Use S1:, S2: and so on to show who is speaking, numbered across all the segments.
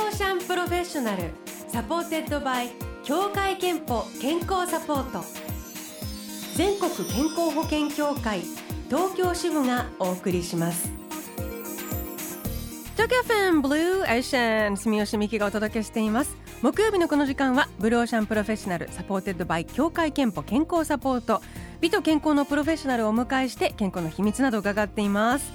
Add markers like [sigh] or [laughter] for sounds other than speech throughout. S1: フェッショナルサポーテッドバイ協会憲法健康サポート全国健康保険協会東京支部がお送りします東京フェンブルーエーシャン住吉美希がお届けしています木曜日のこの時間はブルーオーシャンプロフェッショナルサポーテッドバイ協会憲法健康サポート美と健康のプロフェッショナルをお迎えして健康の秘密などを伺っています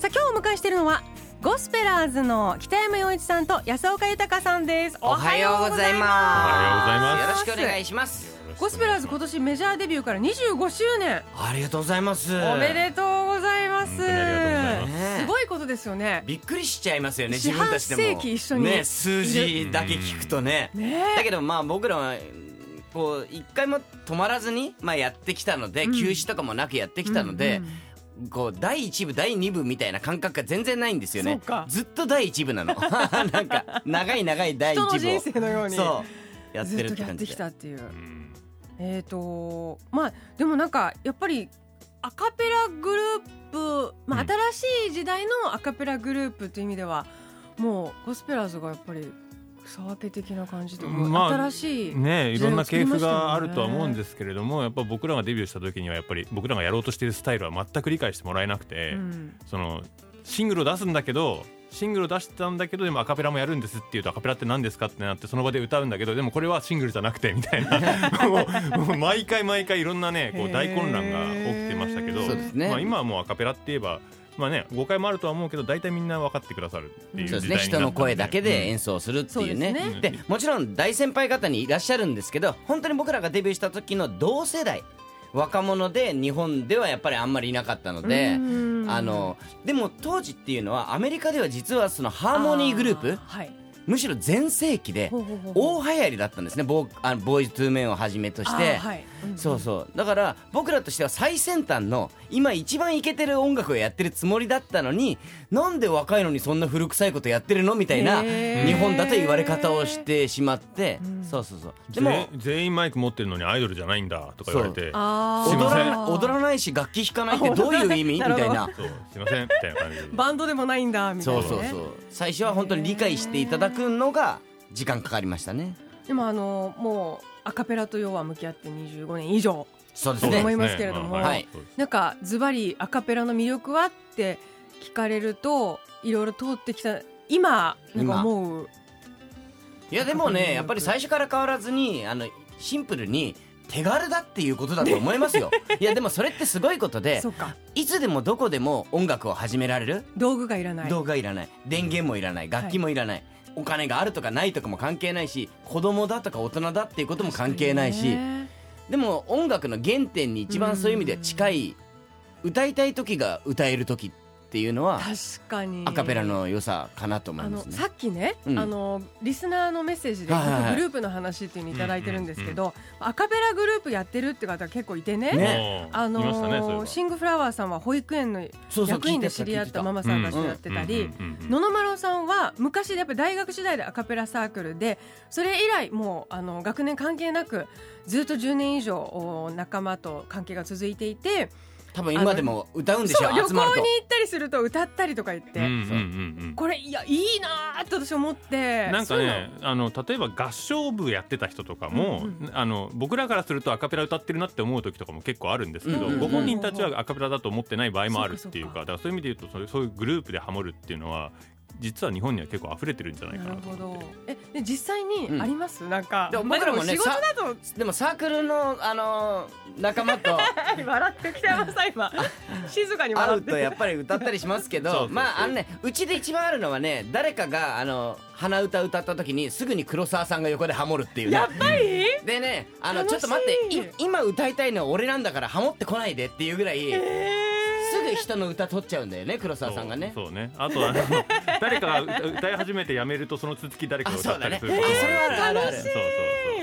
S1: さあ今日お迎えしているのはゴスペラーズの北山陽一さんと安岡豊さんです
S2: おはよう
S1: おはようご
S2: ございます。
S1: ざいます
S2: よろしくお願いします。
S1: ゴスペラーズ今年メジャーデビューから25周年
S2: ありがとうございます。
S1: おめでとうございます
S3: 本当にありがとうございます
S2: ねえ
S1: すごいことですよね
S2: びっくりしちゃいますよね。
S1: 四
S2: 自
S1: 半
S2: 分たちでも。
S1: 世紀一緒に
S2: ね、数字だけ聞くとね。
S1: ね
S2: だけどまあ僕らはこう一回も止まらずにまあやってきたので、
S1: うん
S2: 休止とかもなくやってきたので、こう第一部第二部みたいな感覚が全然ないんですよ
S1: そう
S2: ね
S1: か。
S2: ずっと第一部なの。 [laughs] なんか長い長い第一
S1: 人
S2: 部を。
S1: の人生のように
S2: そうやってる
S1: ずっと
S2: って
S1: やっ
S2: 感
S1: て
S2: じ
S1: き
S2: で。
S1: たっていう
S3: うん
S1: えっ、とまあでもなんかやっぱりアカペラグループ、まあ
S3: うん
S1: 新しい時代のアカペラグループという意味ではもうゴスペラーズがやっぱり草分け的な感じで、もう
S3: まあ
S1: 新しい、
S3: ねえいろんな
S1: 時代を作
S3: 系譜
S1: りましたよね
S3: があるとは思うんですけれどもやっぱ僕らがデビューした時にはやっぱり僕らがやろうとしているスタイルは全く理解してもらえなくて、
S1: うん
S3: そのシングルを出すんだけどシングルを出したんだけどでもアカペラもやるんですって言うとアカペラって何ですかってなってその場で歌うんだけどでもこれはシングルじゃなくてみた
S1: [laughs]
S3: いなもうもう毎回毎回いろんなねこ
S1: へ
S3: う
S1: ー
S3: 大混乱が起きてましたけど、
S2: そうですね
S3: まあ、今はもうアカペラって言えば。まあね、誤解もあるとは思うけど大体みんな分かってくださるっていう
S2: そうです
S3: 時代にな
S2: ね、
S3: ったんで
S2: 人の声だけで
S3: うん
S2: 演奏するっていうね,、
S1: そうです
S3: ね
S2: でもちろん大先輩方にいらっしゃるんですけど本当に僕らがデビューした時の同世代若者で日本ではやっぱりあんまりいなかったので
S1: うん
S2: あのでも当時っていうのはアメリカでは実はそのハーモニーグルー
S1: あ
S2: プ
S1: はい
S2: むしろ全盛期で
S1: ほうほうほうほう
S2: 大流行りだったんですねボーあのボーイズ・トゥーメンをはじめとし
S1: あ
S2: て。
S1: はいん
S2: そうそうだから僕らとしては最先端の今一番イケてる音楽をやってるつもりだったのになんで若いのにそんな古臭いことやってるのみたいな
S1: へー
S2: 日本だと言われ方をしてしまって、
S1: うん
S2: そうそうそうで
S3: で
S2: も
S3: も全員マイク持ってるのにアイドルじゃないんだとか言われて
S1: あー
S3: すい
S2: 踊
S3: ません
S2: ら踊らないし楽器弾かないってどういう意味み
S1: あ踊
S2: た
S1: ら
S2: い
S1: ないな
S2: な
S3: そうすいませんみたいな感じで
S1: バンドでもないんだみたい
S2: そ
S1: な、
S2: う
S1: ね、
S2: そうそう最初は本当に理解していただくのが時間かかりましたね
S1: でもあのもうアカペラと要は向き合って25年以上
S2: そうで
S3: そ
S2: す
S3: うですね
S1: 思
S2: ね
S1: いますけれども
S3: まあ
S2: はい
S3: そうです
S1: なんかズバリアカペラの魅力はって聞かれるといろいろ通ってきた今なんか思う
S2: いやでもねやっぱり最初から変わらずにあのシンプルに手軽だっていうことだと思
S1: [laughs]
S2: いますよいやでもそれってすごいことで
S1: そうか
S2: いつでもどこでも音楽を始められる、
S1: 道具がいらない
S2: 動画いらない電源もいらない楽器もいらない、お金があるとかないとかも関係ないし子供だとか大人だっていうことも関係ないし、
S1: ね
S2: でも音楽の原点に一番そういう意味では近い歌いたい時が歌える時っていうのは
S1: 確かに
S2: アカペラの良さかなと思い
S1: あ
S2: ま
S1: の
S2: すね
S1: さ。っきね、
S2: うん
S1: あのリスナーのメッセージで
S2: はいはいはい
S1: 各グループの話っていうのいただいてるんですけど、アカペラグループやってるって方結構いてね
S2: ね
S3: うん
S1: あ
S3: いましたねそれ
S1: の
S3: は
S1: シングフラワーさんは保育園の
S2: そうそう
S1: 役員で知り合ったママさんが
S2: 聞いてた
S1: やってたり、
S3: うんうんうんうん
S1: 野々丸さんは昔やっぱ大学時代でアカペラサークルでそれ以来もうあの学年関係なくずっと10年以上お仲間と関係が続いていて
S2: 多分今でも歌うんでし
S1: そ
S2: ょ
S1: う旅行
S2: 集まる
S1: に
S2: と
S1: 行ったりすると歌ったりとか言って、
S3: うんうんうんうん
S1: これいやいいなーって私思って
S3: なんか
S1: そういう
S3: ねあの例えば合唱部やってた人とかも、
S1: うん
S3: あの僕らからするとアカペラ歌ってるなって思う時とかも結構あるんですけど、
S2: うんうんうん
S3: ご本人たちはアカペラだと思ってない場合もあるっていう
S1: そうか
S3: かだからそういう意味で言うとそうそういうグループでハモるっていうのは実は日本には結構溢れてるんじゃない
S1: の
S3: か
S1: な
S3: な
S1: るほ
S3: と思って
S1: ど。えで実際にあります、なんか
S2: でも僕ら
S1: まあ
S2: もね
S1: で仕事だと
S2: でもサークルの、あのー仲間と
S1: [laughs] 笑って北山さん今 [laughs] 静かに
S2: [laughs] 会
S1: 笑
S2: う
S1: って
S2: とやっぱり歌ったりしますけ
S3: そうそ
S2: ど
S3: うそう
S2: まああのねうちで一番あるのはね誰かがあの鼻歌歌った時にすぐに黒沢さんが横でハモるっていうね
S1: やっぱり、
S2: でねあの
S1: 楽しい
S2: ちょっと待ってい今歌いたいのは俺なんだからハモってこないでっていうぐらいすぐ人の歌取っちゃうんだよね黒沢さんがね
S3: そうそうねあとあの [laughs] 誰かが歌歌い始めてやめるとその続き誰かが歌ったりする
S2: あ
S3: と
S2: そうだねえー
S3: か
S2: あるあるある
S1: 楽しい
S3: そうそう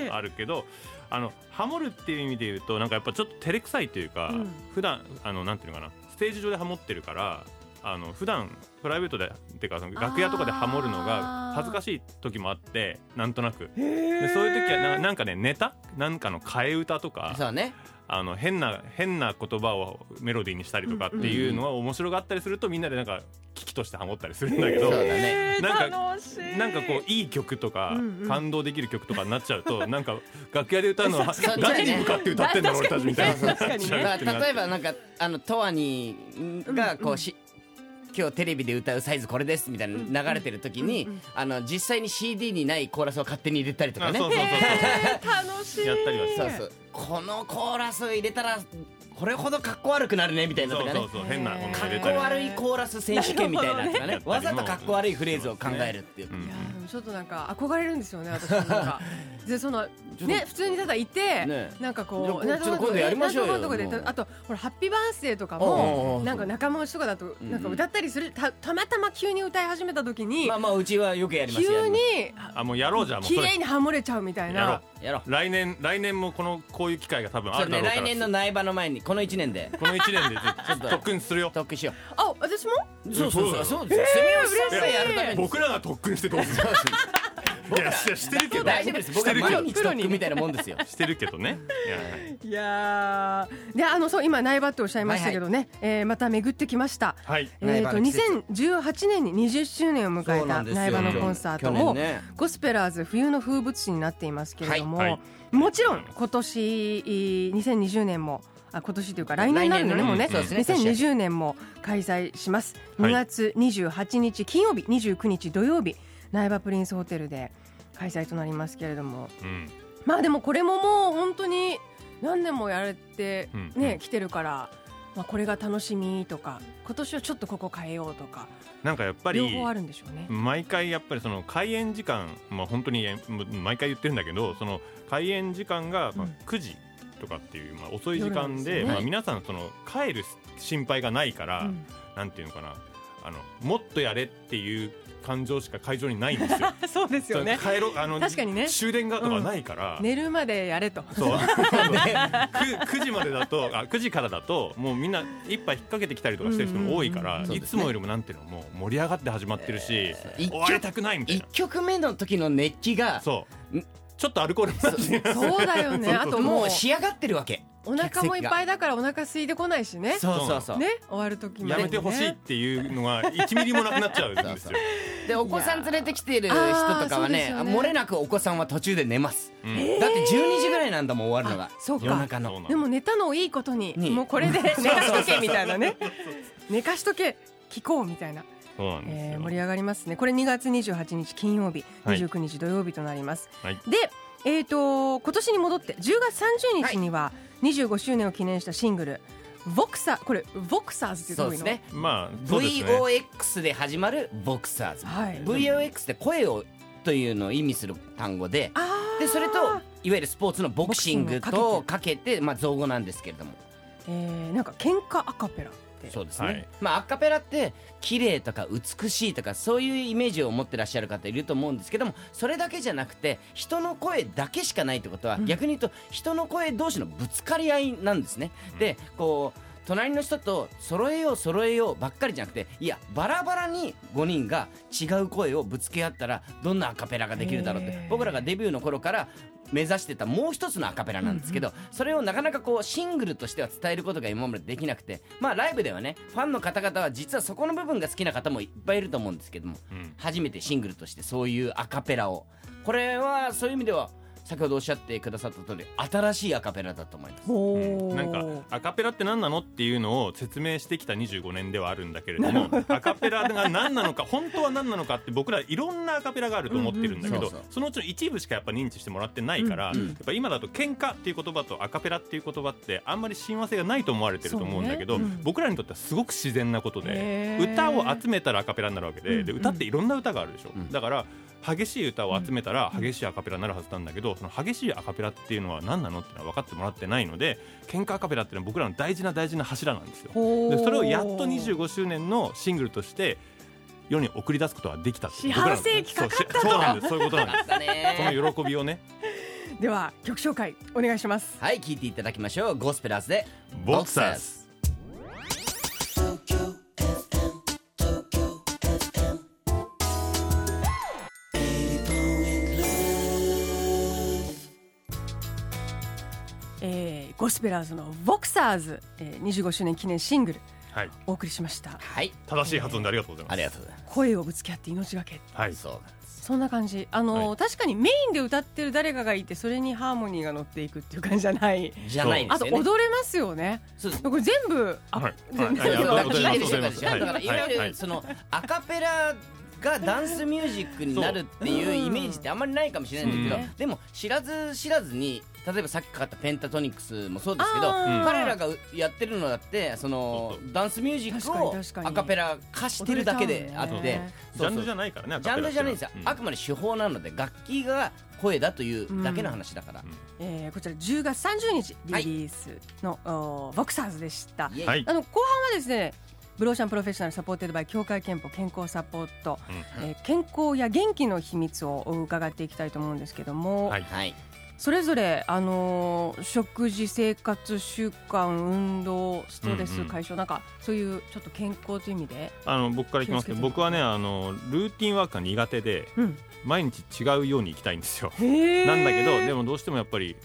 S3: そうあるけどあのハモるっていう意味で言うとなんかやっぱちょっと照れくさいというか、
S1: うん
S3: 普段あのなんていうのかなステージ上でハモってるからあの普段プライベートでっていうかその楽屋とかでハモるの
S1: あー
S3: が恥ずかしい時もあってなんとなく
S1: へー
S3: でそういう時はななんかねネタなんかの替え歌とか
S2: そうね
S3: あの変な変な言葉をメロディーにしたりとかっていうのは面白がったりするとみんなでなんか危機としてハモったりするんだけど
S2: そうだね
S4: えー
S3: なんか
S4: 楽しい
S3: なんかこういい曲とか
S1: うんうん
S3: 感動できる曲とかになっちゃうとなんか楽屋で歌うのは
S2: 確かに
S3: 誰に向かって歌ってんだろう俺たちみたいな
S4: 確かにね
S2: だから例え
S3: ば
S2: ばなんかあのトワニーがこうし、今日テレビで歌うサイズこれですみたいな流れてる時に、あの実際に CD にないコーラスを勝手に入れたりとかね
S3: そうそうそう
S4: 楽しい
S3: やったりはし
S2: そうそうこのコーラス入れたらこれほどかっこ悪くなるねみたいな
S3: そ
S2: と
S3: う
S2: か
S3: そ
S2: ね
S3: うそう変なもの
S2: かっ
S3: 入れ
S2: こ
S3: たり
S2: 悪いコーラス選手権みたいなのとかね
S3: なるほど
S2: わ
S3: ね
S2: ざとかっこ悪いフレーズを考えるっていう、
S3: うん
S1: いやーでもちょっとなんか憧れるんですよね私なんか
S2: [laughs]
S1: でそのね普通にただいて、
S2: ね
S1: なんかこう
S2: じゃあこっちの今度やりましょうよ
S1: なんとかで
S2: もう
S1: あとほらハッピーバースデーとか
S2: おうおうお
S1: も
S2: う
S1: なんか仲間内とかだと
S2: うん
S1: なんか歌ったりするたたまたま急に歌い始めた時に
S2: まあまあうちはよくやります
S1: 急に
S3: あもうやろうじゃあもう
S1: 綺
S3: そ
S1: 麗
S3: れ
S1: にハモれちゃうみたい
S3: やろ
S1: な
S2: や
S3: う
S2: りますやろう
S3: 来年来年もこのこういう機会が多分あ
S2: そう
S3: るだ
S2: ね
S3: ろうか
S2: 来
S3: ら
S2: 年の苗場の前にこの1年で
S3: この一年でちょっと特訓するよ
S2: 特訓しよ
S1: あ私も
S2: う
S3: そうそうそう
S2: そうですよ
S1: えー
S2: セミをやるために
S3: 僕らが特訓してど
S1: [laughs]
S3: うするいやししてるけど
S2: 大丈夫です
S3: し
S2: 僕
S3: て
S2: は
S3: るけ
S2: 毎
S3: ど
S2: 日特訓みたいなもん
S3: [laughs]
S2: ですよ
S3: してるけどねいやはい
S1: いやーであのそう今苗場っておっしゃいましたけどね、えーまた巡ってきました、
S3: はい
S1: え
S2: 苗
S1: ー、
S2: 場
S1: と
S2: の季節
S1: 2018年に20周年を迎
S2: そ
S1: え
S2: うな
S1: た
S2: んですよ
S1: 苗場のコンサート
S2: 去
S1: を、
S2: 年ね
S1: ゴスペラーズ冬の風物詩になっていますけれども、
S3: はいはい
S1: もちろん今年えー2020年もあ今年というか来年になるのね
S2: 来年のね
S1: もうね
S2: そうですね
S1: 2020年も開催します
S3: は
S1: 2
S3: い
S1: 月28日金曜日29日土曜日苗場プリンスホテルで開催となりますけれども
S3: うん
S1: まあでもこれももう本当に何年もやれて
S3: うんう
S1: ね
S3: ん
S1: 来てるから、まあ、これが楽しみとか今年はちょっとここ変えようとか
S3: なんかやっぱ
S1: 両
S3: り
S1: 方あるんでしょうね。
S3: 毎回やっぱりその開演時間まあ本当にえもう毎回言ってるんだけどその開演時間がまあ
S1: うん
S3: 9時とかっていうまあ遅い時
S1: 夜なんです
S3: 間
S1: よ
S3: で
S1: ね
S3: まあ皆さんその帰る心配がないか
S1: う
S3: ら
S1: ん
S3: なんていうのかなあのもっとやれっていう感情しか会場にないんですよ
S1: [laughs] そうですよね
S3: 帰ろうあの
S1: 確かにね
S3: 終電がとかないから、
S1: 寝るまでやれと [laughs]
S3: そう 9, 時までだとあ9時からだともうみんな一杯引っ掛けてきたりとかしてる人も多いから、
S1: うんうん
S2: うんうん
S3: いつもよりもなんていうのもう盛り上がって始まってるし、
S2: ー
S3: 終わりたくないみたい
S2: 1
S3: な
S2: 曲目の時の熱気が
S3: そう
S2: うん
S3: ちょっとアルコールもなし
S1: そうだよね。あとも
S2: も
S1: う
S2: う仕上がってるわけ
S1: お腹もいっぱい
S2: い
S1: だからお腹空いてこないしね。
S2: そうそうそう
S1: ね終わる時ま
S3: や
S1: で
S3: めてほしいっていうのが1ミリもなくなっちゃうんですよ
S2: そうでお子さん連れてきている人とかは
S1: やーそう
S2: いね
S1: ですよね
S2: 漏れなくお子さんは途中で寝ます
S3: うん
S2: だって12時ぐらいなんだもん終わるのが
S1: あそうか
S2: 夜中
S3: そう
S2: の
S3: なの
S1: でも寝たのをいいことに
S2: に
S1: もうこれで寝かしとけみたいな
S3: [laughs]
S1: ね。寝かしとけ聞こうみたいな、
S3: そうなんですよ、
S1: えー盛り上がりますね。これ2月28日金曜日、
S3: はい
S1: 29日土曜日となります。
S3: はい
S1: で、えっ、と今年に戻って10月30日には25周年を記念したシングル。ボクサーこれボクサーズってど
S2: そうう
S1: い
S2: で
S1: う
S2: す
S1: の
S2: ね
S3: まあそうですね
S2: VOX で始まるボクサーズ
S1: はい
S2: VOX って声をというのを意味する単語で
S1: あー
S2: でそれといわゆるスポーツのボクシング
S1: ボ
S2: と
S1: クシング
S2: かけて、まあ、造語なんですけれども
S1: えーなんか喧嘩アカペラって
S2: そうですね、
S3: はい
S2: まあアカペラって綺麗とか美しいとかそういうイメージを持ってらっしゃる方いると思うんですけどもそれだけじゃなくて人の声だけしかないってことは、
S1: うん
S2: 逆に言うと人の声同士のぶつかり合いなんですね。でこう隣の人と揃えよう揃えようばっかりじゃなくていやバラバラに5人が違う声をぶつけ合ったらどんなアカペラができるだろうっ
S1: へ
S2: て
S1: ー
S2: 僕らがデビューの頃から目指してたもう一つのアカペラなんですけど、それをなかなかこうシングルとしては伝えることが今までできなくてまあライブではねファンの方々は実はそこの部分が好きな方もいっぱいいると思うんですけども
S3: うん
S2: 初めてシングルとしてそういうアカペラをこれはそういう意味では先ほどおっしゃってくださった通り新しいアカペラだと思い
S3: [laughs]
S2: ます。
S1: ほ
S3: う
S1: ー
S3: んなんかアカペラって何なのっていうのを説明してきた25年ではあるんだけれどもアカペラが何なのか本当は何なのかって僕らいろんなアカペラがあると思ってるんだけ
S2: うんう
S3: ど
S2: んそうそう
S3: そのうちの一部しかやっぱ認知してもらってないからや
S2: うんうん
S3: っぱ今だと喧嘩っていう言葉とアカペラっていう言葉ってあんまり親和性がないと思われてると思うんだけど
S1: そうねうん
S3: 僕らにとってはすごく自然なことで
S1: へー
S3: 歌を集めたらアカペラになるわけでで
S1: うんうん
S3: 歌っていろんな歌があるでしょ
S2: うん
S3: だから激しい歌を集めたら激しいアカペラになるはずなんだけどその激しいアカペラっていうのは何なのっていうのは分かってもらってないので喧嘩アカペラっていうのは僕らの大事な大事な柱なんですよでそれをやっと25周年のシングルとして世に送り出すことができたってい
S1: 四
S3: う
S1: 半世紀
S3: 僕らのそうしそうなんですそういうことなんで
S2: よかった [laughs] ね
S3: すその喜びをね
S1: では曲紹介お願いします
S2: はい聞いていただきましょうゴスペラーズで
S3: ボクサーズ
S1: えーゴスペラーズの「ボクサーズ」えー25周年記念シングル
S3: はい
S1: お送りしました
S2: はい
S3: 正しい発音でありがとうございます
S2: ありがとうござい
S1: 声をぶつけ合って命がけ
S3: は
S2: ま
S3: い
S2: すそう
S1: そんな感じあのー、
S3: は
S1: 確かにメインで歌ってる誰かがいてそれにハーモニーが乗っていくっていう感じじゃない
S2: じゃないんで
S1: あ
S2: す
S1: と
S2: よね
S1: 踊れますよね
S2: そうです
S1: これ全部あ、
S3: はい
S1: 全部
S3: はいはい
S2: だ
S3: あ
S2: か
S3: りがとうござ
S2: ら
S3: い
S2: い
S3: ます
S2: ですだからいわゆ
S3: はい
S2: るそのアカペラがダンスミュージックになるっていうイメージってあんまりないかもしれないんだ
S1: そう
S2: け
S1: ね
S2: どでも知らず知らずに例えばさっきかかったペンタトニクスもそうですけど
S1: あー
S2: 彼らがやってるのだってそのダンスミュージック
S1: 確かに確か
S2: を
S1: に
S2: アカペラ化してるだけであっ
S1: 踊れちゃ
S2: て
S1: うもんね
S3: ジャン
S2: そう
S3: ルじ
S2: そう
S3: ゃないからね
S2: ジャンルじゃないんですよ
S3: ア
S2: あ
S3: カ
S2: くまで手法なので楽器が声だというだけの話だから
S1: えーこちら10月30日リリースの、おーボクサーズでした
S2: イエイ
S3: はい
S1: あの後半はですねブローシャンプロフェッショナルサポーテッドバイ協会憲法健康サポート、
S3: う
S1: えー健康や元気の秘密を伺っていきたいと思うんですけども、
S3: はい
S2: はい
S1: それぞれ、あのー食事生活習慣運動ストレ
S3: うんう
S1: ス
S3: ん
S1: 解消、なんかそういうちょっと健康という意味で、
S3: あの僕からいきますけ
S1: 気
S3: ど
S1: をつけて
S3: 僕はねあのルーティンワークが苦手で
S1: うん、
S3: 毎日違うように行きたいんですよ
S1: へ
S3: なんだけどで
S1: も
S3: もどうしてもやっぱり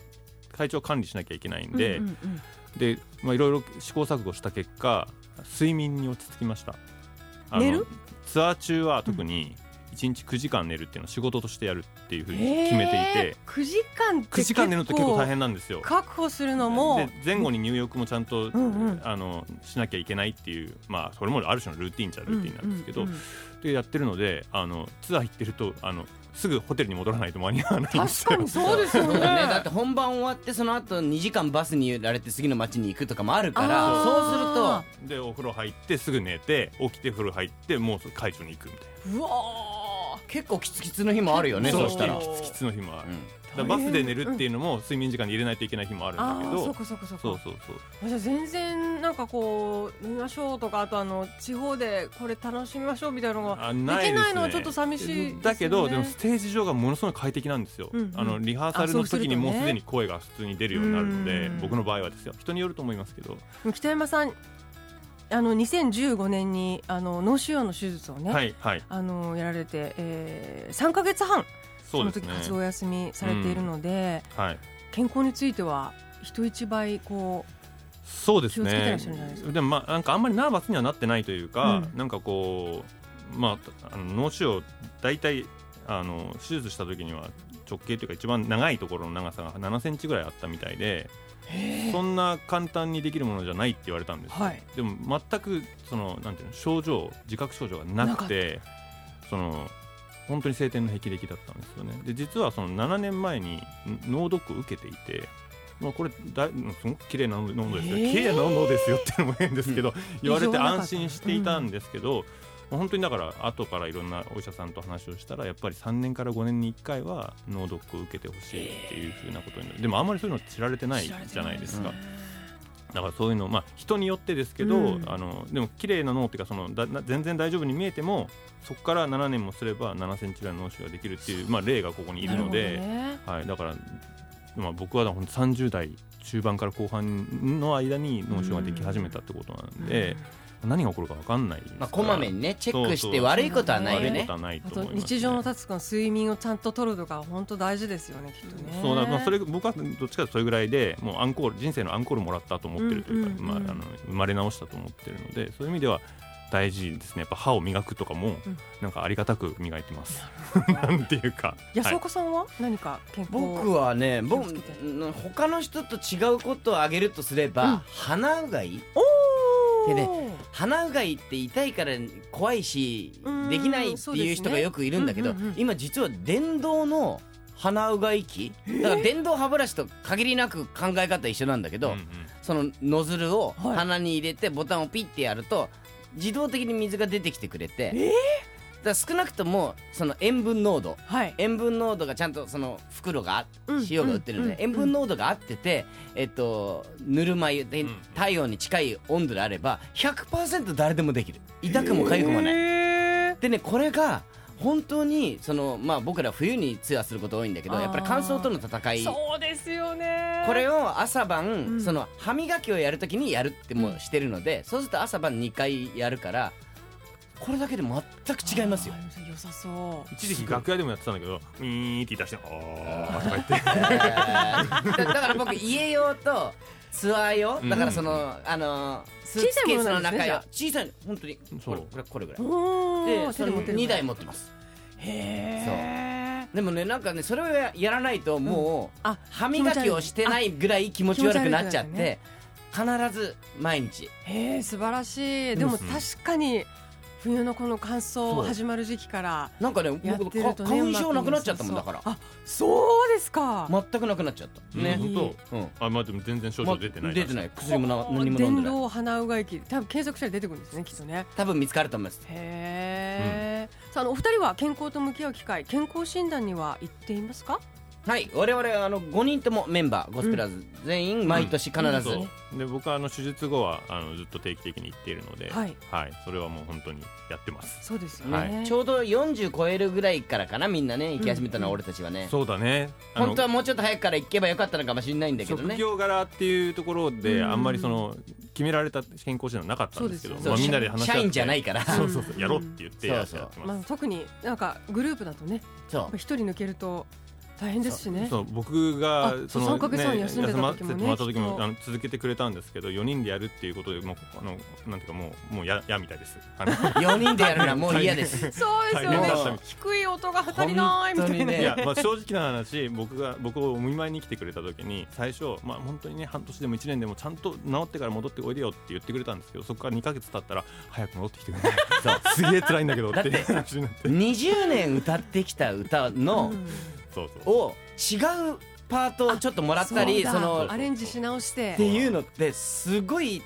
S3: 体調管理しなきゃいけないんで、でまあいろいろ試行錯誤した結果睡眠に落ち着きましたあの
S1: 寝る
S3: ツアー中は特に1日9時間寝るっていうのを仕事としてやるっていうふうに決めていて、
S1: 9時間って
S3: 9時間寝るって結構大変なんですよ
S1: 確保するの
S3: で
S1: も
S3: 前後に入浴もちゃんと、
S1: んうん
S3: あのしなきゃいけないっていうまあそれもある種のルーティンじゃルーティンなんですけど、
S1: うううん
S3: [laughs] でやってるのであのツアー行ってるとあのすぐホテルに戻らないと間に合わないんです
S1: 確か
S3: よ
S1: にそうですよね
S2: そうだねだって本番終わってその後2時間バスに揺られて次の街に行くとかもあるから
S1: あ
S2: そ
S3: でお風呂入ってすぐ寝て起きて風呂入ってもう会場に行くみたいな
S1: うわ
S2: うすると結構キツキツの日もあるよね
S1: そ
S2: そううしたら、
S1: そ
S2: うん
S1: う
S3: きつきつの日もある、だから
S1: 大変
S3: バスで寝るっていうのも睡眠時間に入れないといけない日もある
S1: あ
S3: んだけ
S1: ー
S3: ど
S1: そうかそうかそうか
S3: そうそうそう
S1: じゃあ全然なんかこう見ましょうとかあとあの地方でこれ楽しみましょうみたいなのが
S3: あ
S1: できないのはちょっと寂しいですよね
S3: だけどでもステージ上がものすごい快適なんですよ、
S1: うんうん
S3: あのリハーサルの
S1: あそうする
S3: 時
S1: と
S3: に
S1: ね
S3: もうすでに声が普通に出るようになるので、
S1: うん
S3: 僕の場合はですよ人によると思いますけど、
S1: 北山さんあの2015年にあの脳腫瘍の手術をね、
S3: はいはい
S1: あのやられて、えー、3か月半そ
S3: そう
S1: の
S3: です
S1: 時
S3: ね
S1: 活動お休みされているので、
S3: はい
S1: 健康については人一倍こ
S3: そうです
S1: 気をつけてら
S3: ね
S1: っしゃるんじゃないです
S3: でもまあなんかあんまりナーバスにはなってないというか、
S1: うん
S3: なんかこうまああの脳腫瘍大体あの手術した時には直径というか一番長いところの長さが7センチぐらいあったみたいでそんな簡単にできるものじゃないって言われたんですよ、
S1: はい
S3: でも全くそのなんていうの症状自覚症状がなくてその本当に晴天の霹靂だったんですよねで実はその7年前にん脳ドックを受けていて、まあ、これだいすごく綺麗な脳ですよ、
S1: えー
S3: 綺麗な脳ですよっていうのも変ですけど、言われ
S1: 異
S3: て
S1: 常なかった
S3: 安心していたんですけど、もう本当にだから後からいろんなお医者さんと話をしたらやっぱり3年から5年に1回は脳ドックを受けてほしいっていうふうなことになるでもあんまりそういうの知られて
S1: う
S3: ない
S1: 知られて
S3: じゃないですか
S1: ね。
S3: だからそういうの、まあ、人によってですけど、
S1: うん
S3: あのでも綺麗な脳っていうかそのだな全然大丈夫に見えてもそこから7年もすれば7センチぐらいの脳腫瘍ができるっていう、まあ、例がここにいるので
S1: なほどね
S3: はい、だから、まあ、僕はだからほんと30代中盤から後半の間に脳腫瘍ができ始めたってことなんで、何が起こるか分かんないですから
S2: まあ、こまめにねチェックし
S3: そうそ
S2: て
S3: う
S2: 悪いことはない
S3: 悪
S2: よ
S3: いこ
S2: ね
S3: とはないと
S1: あ
S3: 思い
S1: と
S3: ます、ね、
S1: 日常のタスクの睡眠をちゃんと取るとか本当大事ですよねきっとね。
S3: そうだ、まあ、それ僕はどっちかというとそれぐらいでもうアンコール人生のアンコールもらったと思ってるというか、
S1: うんうんうん
S3: まあ、あの生まれ直したと思ってるのでそういう意味では大事ですねやっぱ歯を磨くとかも、
S1: うん
S3: なんかありがたく磨いてます [laughs] なんていうか
S1: 安
S3: はい
S1: 岡さんは何か健康、
S2: 僕はね僕
S1: 気をつけて
S2: うん他の人と違うことをあげるとすれば、
S1: うん
S2: 鼻うがい
S1: おー
S2: でね鼻うがいって痛いから怖いし
S1: うん
S2: できないって
S1: そうです
S2: い
S1: ね
S2: う人がよくいるんだけど、
S1: うんうんうん
S2: 今実は電動の鼻うがい機だから電動歯ブラシと限りなく考え方一緒なんだけど、
S3: うんうん
S2: そのノズルを
S1: はい
S2: 鼻に入れてボタンをピッてやると自動的に水が出てきてくれて、だから少なくともその塩分濃度
S1: はい、
S2: 塩分濃度がちゃんとその袋があ
S1: うん
S2: 塩が売ってるので
S1: うん
S2: 塩分濃度が合ってて、えっと、ぬるま湯で
S3: うん
S2: 体温に近い温度であれば100%誰でもできる痛くも痒くもない。
S1: へー
S2: でねこれが本当にその、まあ、僕ら冬にツアーすること多いんだけど
S1: あー
S2: やっぱり乾燥との戦い
S1: そうですよね。
S2: これ
S1: を
S2: を朝晩、
S1: ん
S2: その歯磨きをやるときにやるってもうしてるので、そうすると朝晩2回やるからこれだけで全く違いますよ
S1: あー良さそう
S3: 一時期楽屋でもやってたんだけど「ミー」って言い出して「あー」とか言って
S2: え [laughs] ーだだから僕家用とツアー用だからその、あのスーツケースの中よ小さいの本当に
S3: そ
S2: こ
S3: う
S2: れこれこれぐらい
S1: お
S2: で
S1: ー
S2: そ
S1: 手で
S2: れ
S1: 持ってる
S2: 2台持ってます
S1: へえ
S2: でもねなんかねそれをややらないともう、
S1: あ
S2: 歯磨きをしてないぐらい気持ち悪くなっちゃって必ず毎日
S1: へえ素晴らしいでも
S3: うん
S1: 確かに冬のこの乾
S2: そ
S1: 燥
S2: う
S1: 始まる時期から
S2: なんかね僕
S1: やってると
S2: か
S1: ね
S2: 花
S1: う
S2: 粉
S1: まく
S2: 症なくなっちゃったもんだから
S1: あそうですか
S2: 全くなくなっちゃった [laughs] ね、
S1: うん
S3: 本
S2: うん
S3: 当あまあでも全然症状出てない
S2: 出てない薬もな何も飲ん
S1: 電
S2: でない
S1: 動鼻うがい器多分継続したら出てくるんですねきっとね
S2: 多分見つかると思います
S1: へえ、さああのお二人は健康と向き合う機会健康診断には行っていますか
S2: はい我々あの5人ともメンバーゴスペラーズ全員毎年必ず、
S1: うん
S3: そうで僕はあの手術後はあのずっと定期的に行っているので、
S1: はい
S3: それはもう本当にやってます
S1: そうですよね、
S2: はいちょうど40超えるぐらいからかなみんなね行き始めたのは俺たちはね、
S3: そうだねあの
S2: 本当はもうちょっと早くから行けばよかったのかもしれないんだけど
S3: 職
S2: ね
S3: 業柄っていうところ
S1: う
S3: で
S1: ん
S3: あんまりその決められた健康診断なかったんですけど
S1: そうです
S2: そう
S3: まあ、みんなで話し合っ
S2: 社
S3: て
S2: 員じゃないから
S3: [laughs] そうそうそうやろうって言って
S2: うん
S3: やってやって
S1: ま
S3: ま
S1: あ
S3: す、
S1: 特になんかグループだとね
S2: そ
S1: 一人抜けると大変ですしね
S3: そう僕が
S1: あそ
S3: そ
S1: う
S3: の、
S1: 三ヶ月間休んでた時もね
S3: 休ませてもらった時
S1: きっ
S3: も
S1: と
S3: あの続けてくれたんですけど4人でやるっていうことでもうあのなんていうかもうもうややみたいですあ
S1: [laughs]
S3: の
S2: う4人でやるのはもう嫌
S3: [laughs]
S2: です
S1: そうですよね
S2: 大変だった
S1: 低い音が足りないみたい
S2: 本当
S1: な、
S2: に
S3: い
S2: ね
S3: や、まあ、正直な話僕が僕をお見舞いに来てくれた時に最初、まあ、本当にね半年でも1年でもちゃんと治ってから戻っておいでよって言ってくれたんですけどそこから2か月経ったら早く戻ってきてく
S1: [laughs]
S3: れないすげえ辛いんだけどっていう話になって
S2: 20年歌ってきた歌の、
S1: うん
S3: そうそう
S2: を違うパートをちょっともらったり
S1: そうだ
S2: その
S1: アレンジし直し
S2: ってていうのってすごい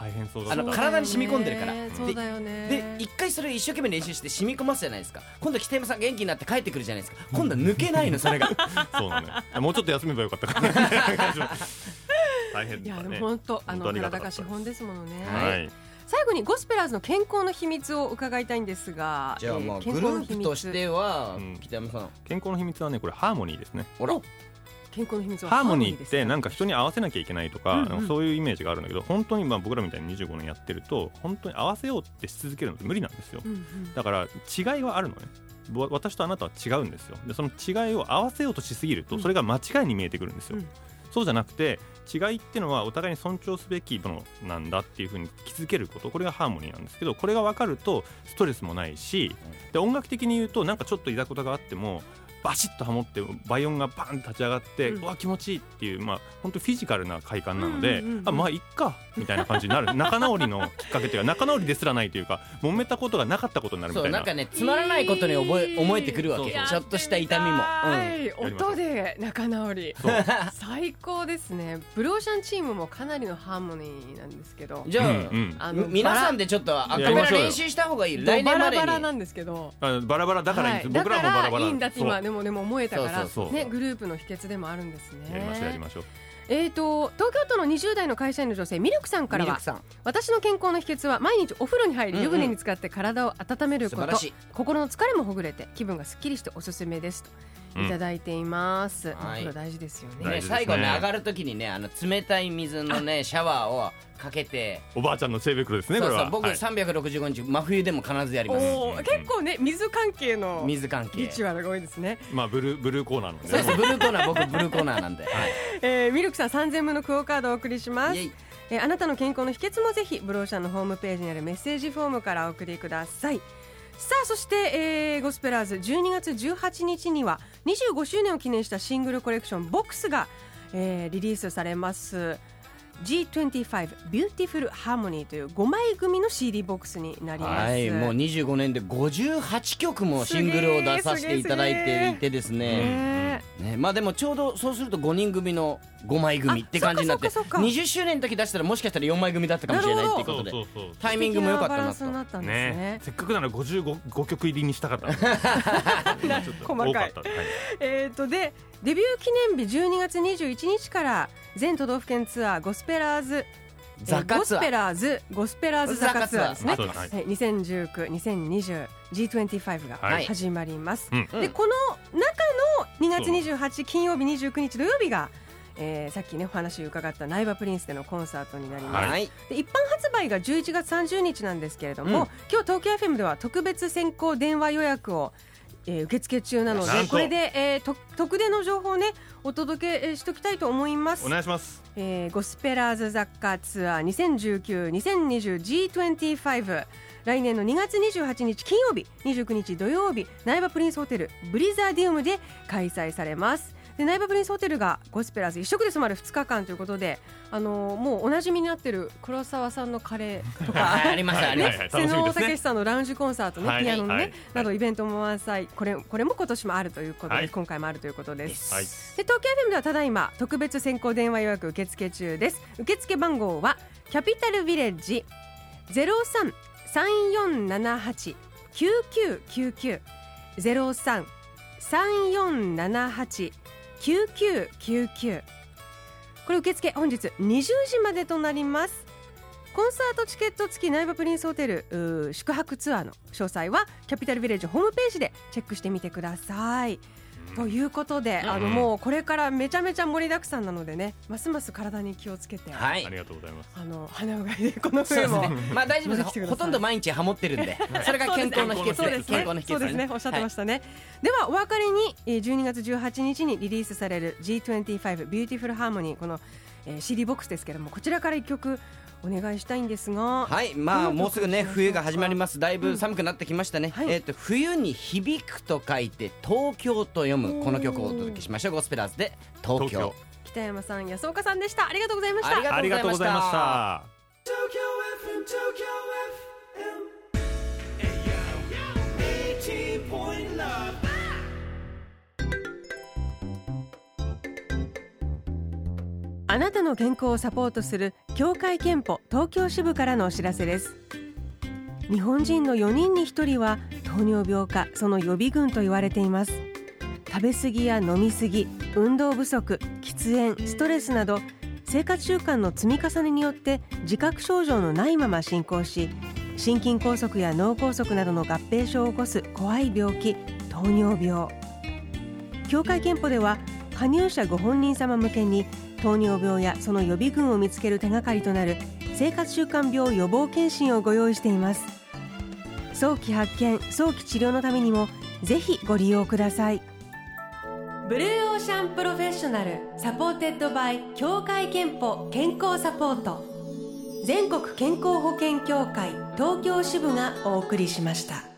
S3: 大変そうだ
S2: あ
S3: った
S2: の体に染み込んでるから
S1: そうだよね
S2: で一回それを一生懸命練習して染み込ますじゃないですか今度北山さん元気になって帰ってくるじゃないですか今度は抜けない
S1: [laughs]
S2: のそれが
S3: そうなのよもうちょっと休めばよかったから大変
S1: い
S3: だ
S1: や
S3: ね
S1: でも本当あの
S3: 本当ありがた
S1: 体が
S3: かったです
S1: 資本ですものね、
S2: はい
S3: はい
S1: 最後にゴスペラーズの健康の秘密を伺いたいんですが
S2: じゃあまあ
S1: え
S2: グ
S1: 健
S2: ル
S1: 康の
S2: ー
S1: 秘
S2: プ
S1: 密
S2: としては
S3: うん
S2: 北山さん
S3: 健康の秘密はねこれハーモニーですね
S2: ほら
S1: 健康の秘密は
S3: ハーモニ
S1: で
S3: ーっ
S1: すか
S3: てなんか人に合わせなきゃいけないとか、
S1: うんうん
S3: なんかそういうイメージがあるんだけど本当にまあ僕らみたいに25年やってると本当に合わせようってし続けるのって無理なんですよ
S1: うんうん
S3: だから違いはあるのねわ私とあなたは違うんですよでその違いを合わせようとしすぎる
S1: う
S3: と
S1: ん
S3: それが間違いに見えてくるんですよ、
S1: うん
S3: そうじゃなくて違いってのはお互いに尊重すべきものなんだっていうふうに気づけることこれがハーモニーなんですけどこれが分かるとストレスもないしで音楽的に言うとなんかちょっといざこざがあってもバシッとハモって倍音がバンと立ち上がって、
S1: う
S3: うんわ気持ちいいっていうまあ本当フィジカルな快感なので、
S1: うんうんうん
S3: あまあいっかみたいな感じになる仲直りのきっかけというか仲直りですらないというか揉めたことがなかったことになるみ
S2: そ
S3: た
S2: う
S3: いな
S2: なんかねつまらないことに覚え思えてくるわけ
S3: そうそう
S2: ちょっとした痛みも、うん、
S1: はい音で仲直り
S3: そう
S1: 最高ですねブローシャンチームもかなりのハーモニーなんですけど
S2: じゃあ、
S3: うんうん
S1: あ
S2: み
S1: の
S2: 皆さんでちょっとアカペラ練習した方がいい
S1: バ
S2: 来年
S1: ラ
S2: までに
S1: バラなんですけど
S3: あバラバラだからいいんです、
S1: はい
S3: 僕らもバラバ
S1: だか
S3: ラ
S1: いいんだって今
S3: そう
S1: でもでも思えたから
S2: そうそう
S3: そう
S1: ねグループの秘訣でもあるんですね
S3: やりましょうやりましょう
S1: えーと東京都の20代の会社員の女性ミルクさんから
S2: ミル
S1: は
S2: クさん
S1: 私の健康の秘訣は毎日お風呂に入り湯船に浸かって体を温めるこ
S2: 素晴ら
S1: と
S2: しい
S1: 心の疲れもほぐれて気分がすっきりしておすすめですと
S3: うん
S1: いただいています、
S2: はい
S1: お風呂大事ですよね、
S2: ね、
S3: 大事ですね
S2: 最後ね上がるときにねあの冷たい水のねシャワーをかけて
S3: おばあちゃんのセーベクロですね
S2: そ
S3: こ
S2: う
S3: れ
S2: そう
S3: は
S2: 僕
S3: はい
S2: 365日真冬でも必ずやります
S1: おー結構ね水関係の
S2: 水関
S1: リ
S2: 係
S1: チュアルが多いですね、
S3: まあブルーブルーコーナーのね
S2: そうそうブルーコーナー僕ブルーコーナーなんで、はい
S1: えー、ミルクさん3000分のクオカードをお送りします
S2: イエイ
S1: えーあなたの健康の秘訣もぜひブローシャンのホームページにあるメッセージフォームからお送りくださいさあそして、えーゴスペラーズ12月18日には25周年を記念したシングルコレクション「ボックスが、えーリリースされます G25 Beautiful Harmony という5枚組の CD ボックスになります、
S2: はい、もう25年で58曲もシングルを出させていただいていてですね
S1: ね
S2: ねまあでもちょうどそうすると5人組の5枚組って感じになって
S1: あそっかそっかそっか
S2: 20周年の時出したらもしかしたら4枚組だったかもしれないっていうこ
S3: そ
S2: と
S3: う
S2: で
S3: そうそう
S2: タイミングも良かった
S1: 素敵バラ
S2: な
S1: ンスになったんです
S3: ね
S1: ね、
S3: せっかくなら55 5曲入りにしたかったのにちょっと
S1: 細
S3: 多
S1: か
S3: か
S1: い
S3: った
S1: えー、とでデビュー記念日12月21日から全都道府県ツアーゴスペラーズ
S2: ザカツ
S1: ゴスペ
S2: アー
S1: ラーズゴスペラーズザカツアーですね
S3: そうですはい
S1: はい、2019-2020G25 が
S3: はい
S1: 始まります、
S3: うん
S1: でこの中の2月28金曜日29日土曜日が、えーさっきねお話伺った苗場プリンスでのコンサートになります、
S2: はい
S1: で一般発売が11月30日なんですけれども、
S2: うん
S1: 今日東京 FM では特別先行電話予約を、えー受付中なので
S3: なんと
S1: これで、えーと特典の情報をねお届けえーしときたいと思います
S3: お、願いします
S1: えーゴスペラーズ雑貨ツアー 2019-2020G25 来年の2月28日金曜日29日土曜日苗場プリンスホテルブリザーディウムで開催されますで苗場プリンスホテルがゴスペラーズ一食で染まる2日間ということで、あのーもうおなじみになってる黒沢さんのカレーとか
S2: はいありましたありま
S3: [laughs] は
S2: し
S3: い
S2: た
S3: は
S1: 瀬
S3: い楽しみ
S1: 野
S3: ですね
S1: 武さんのラウンジコンサートね、
S3: はい
S1: ピアノのね、
S3: はい
S1: などイベントも満載これこれも今年もあるということで、
S3: はい
S1: 今回もあるということです。
S3: はい
S1: で東京 FM ではただいま特別先行電話予約受付中です受付番号はキャピタルヴィレッジ0334789999ゼロ三三四七八九九九九これ受付本日20時までとなりますコンサートチケット付き苗場プリンスホテルうー宿泊ツアーの詳細はキャピタルヴィレッジホームページでチェックしてみてください。ということで、あの
S3: うん
S1: もうこれからめちゃめちゃ盛りだくさんなのでねますます体に気をつけて、
S2: は
S3: あ
S2: い
S3: りがとうございます
S1: あの鼻うがいでこの
S2: そうで
S1: 冬
S2: す
S1: も
S2: ね。まあ大丈夫
S1: 戻ってきてくださ
S2: です。
S1: い
S2: ほとんど毎日ハモってるんで、それが健康の秘訣
S1: そう
S2: で。
S1: ですすね
S2: 健康の秘
S1: そう
S2: 訣
S1: ですねおっしゃってましたね、ではお別れにえー12月18日にリリースされる G25 ビューティフルハーモニーこのえー CD ボックスですけれどもこちらから一曲お願いしたいんですが
S2: はい、まあもうすぐね冬が始まります。だいぶ寒くなってきましたね。
S1: はい
S2: えっ、と冬に響くと書いて東京と読むこの曲をお届けしましょう。ゴスペラーズで東京。
S1: 北山さん安岡さんでしたありがとうございまし
S2: あり
S1: た
S2: がとう
S3: ありがとうございました
S1: あなたの健康をサポートする協会憲法東京支部からのお知らせです日本人の4人に1人は糖尿病かその予備軍と言われています食べ過ぎや飲み過ぎ運動不足喫煙ストレスなど生活習慣の積み重ねによって自覚症状のないまま進行し心筋梗塞や脳梗塞などの合併症を起こす怖い病気糖尿病協会憲法では加入者ご本人様向けに糖尿病やその予備群を見つける手がかりとなる生活習慣病予防検診をご用意しています早期発見早期治療のためにもぜひご利用くださいブルーオーシャンプロフェッショナルサポーテッドバイ協会憲法健康サポート全国健康保険協会東京支部がお送りしました。